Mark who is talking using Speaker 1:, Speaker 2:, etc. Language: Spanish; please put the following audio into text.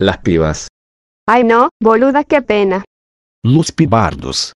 Speaker 1: las pibas.
Speaker 2: Ay no, boluda, qué pena.
Speaker 3: Los pibardos.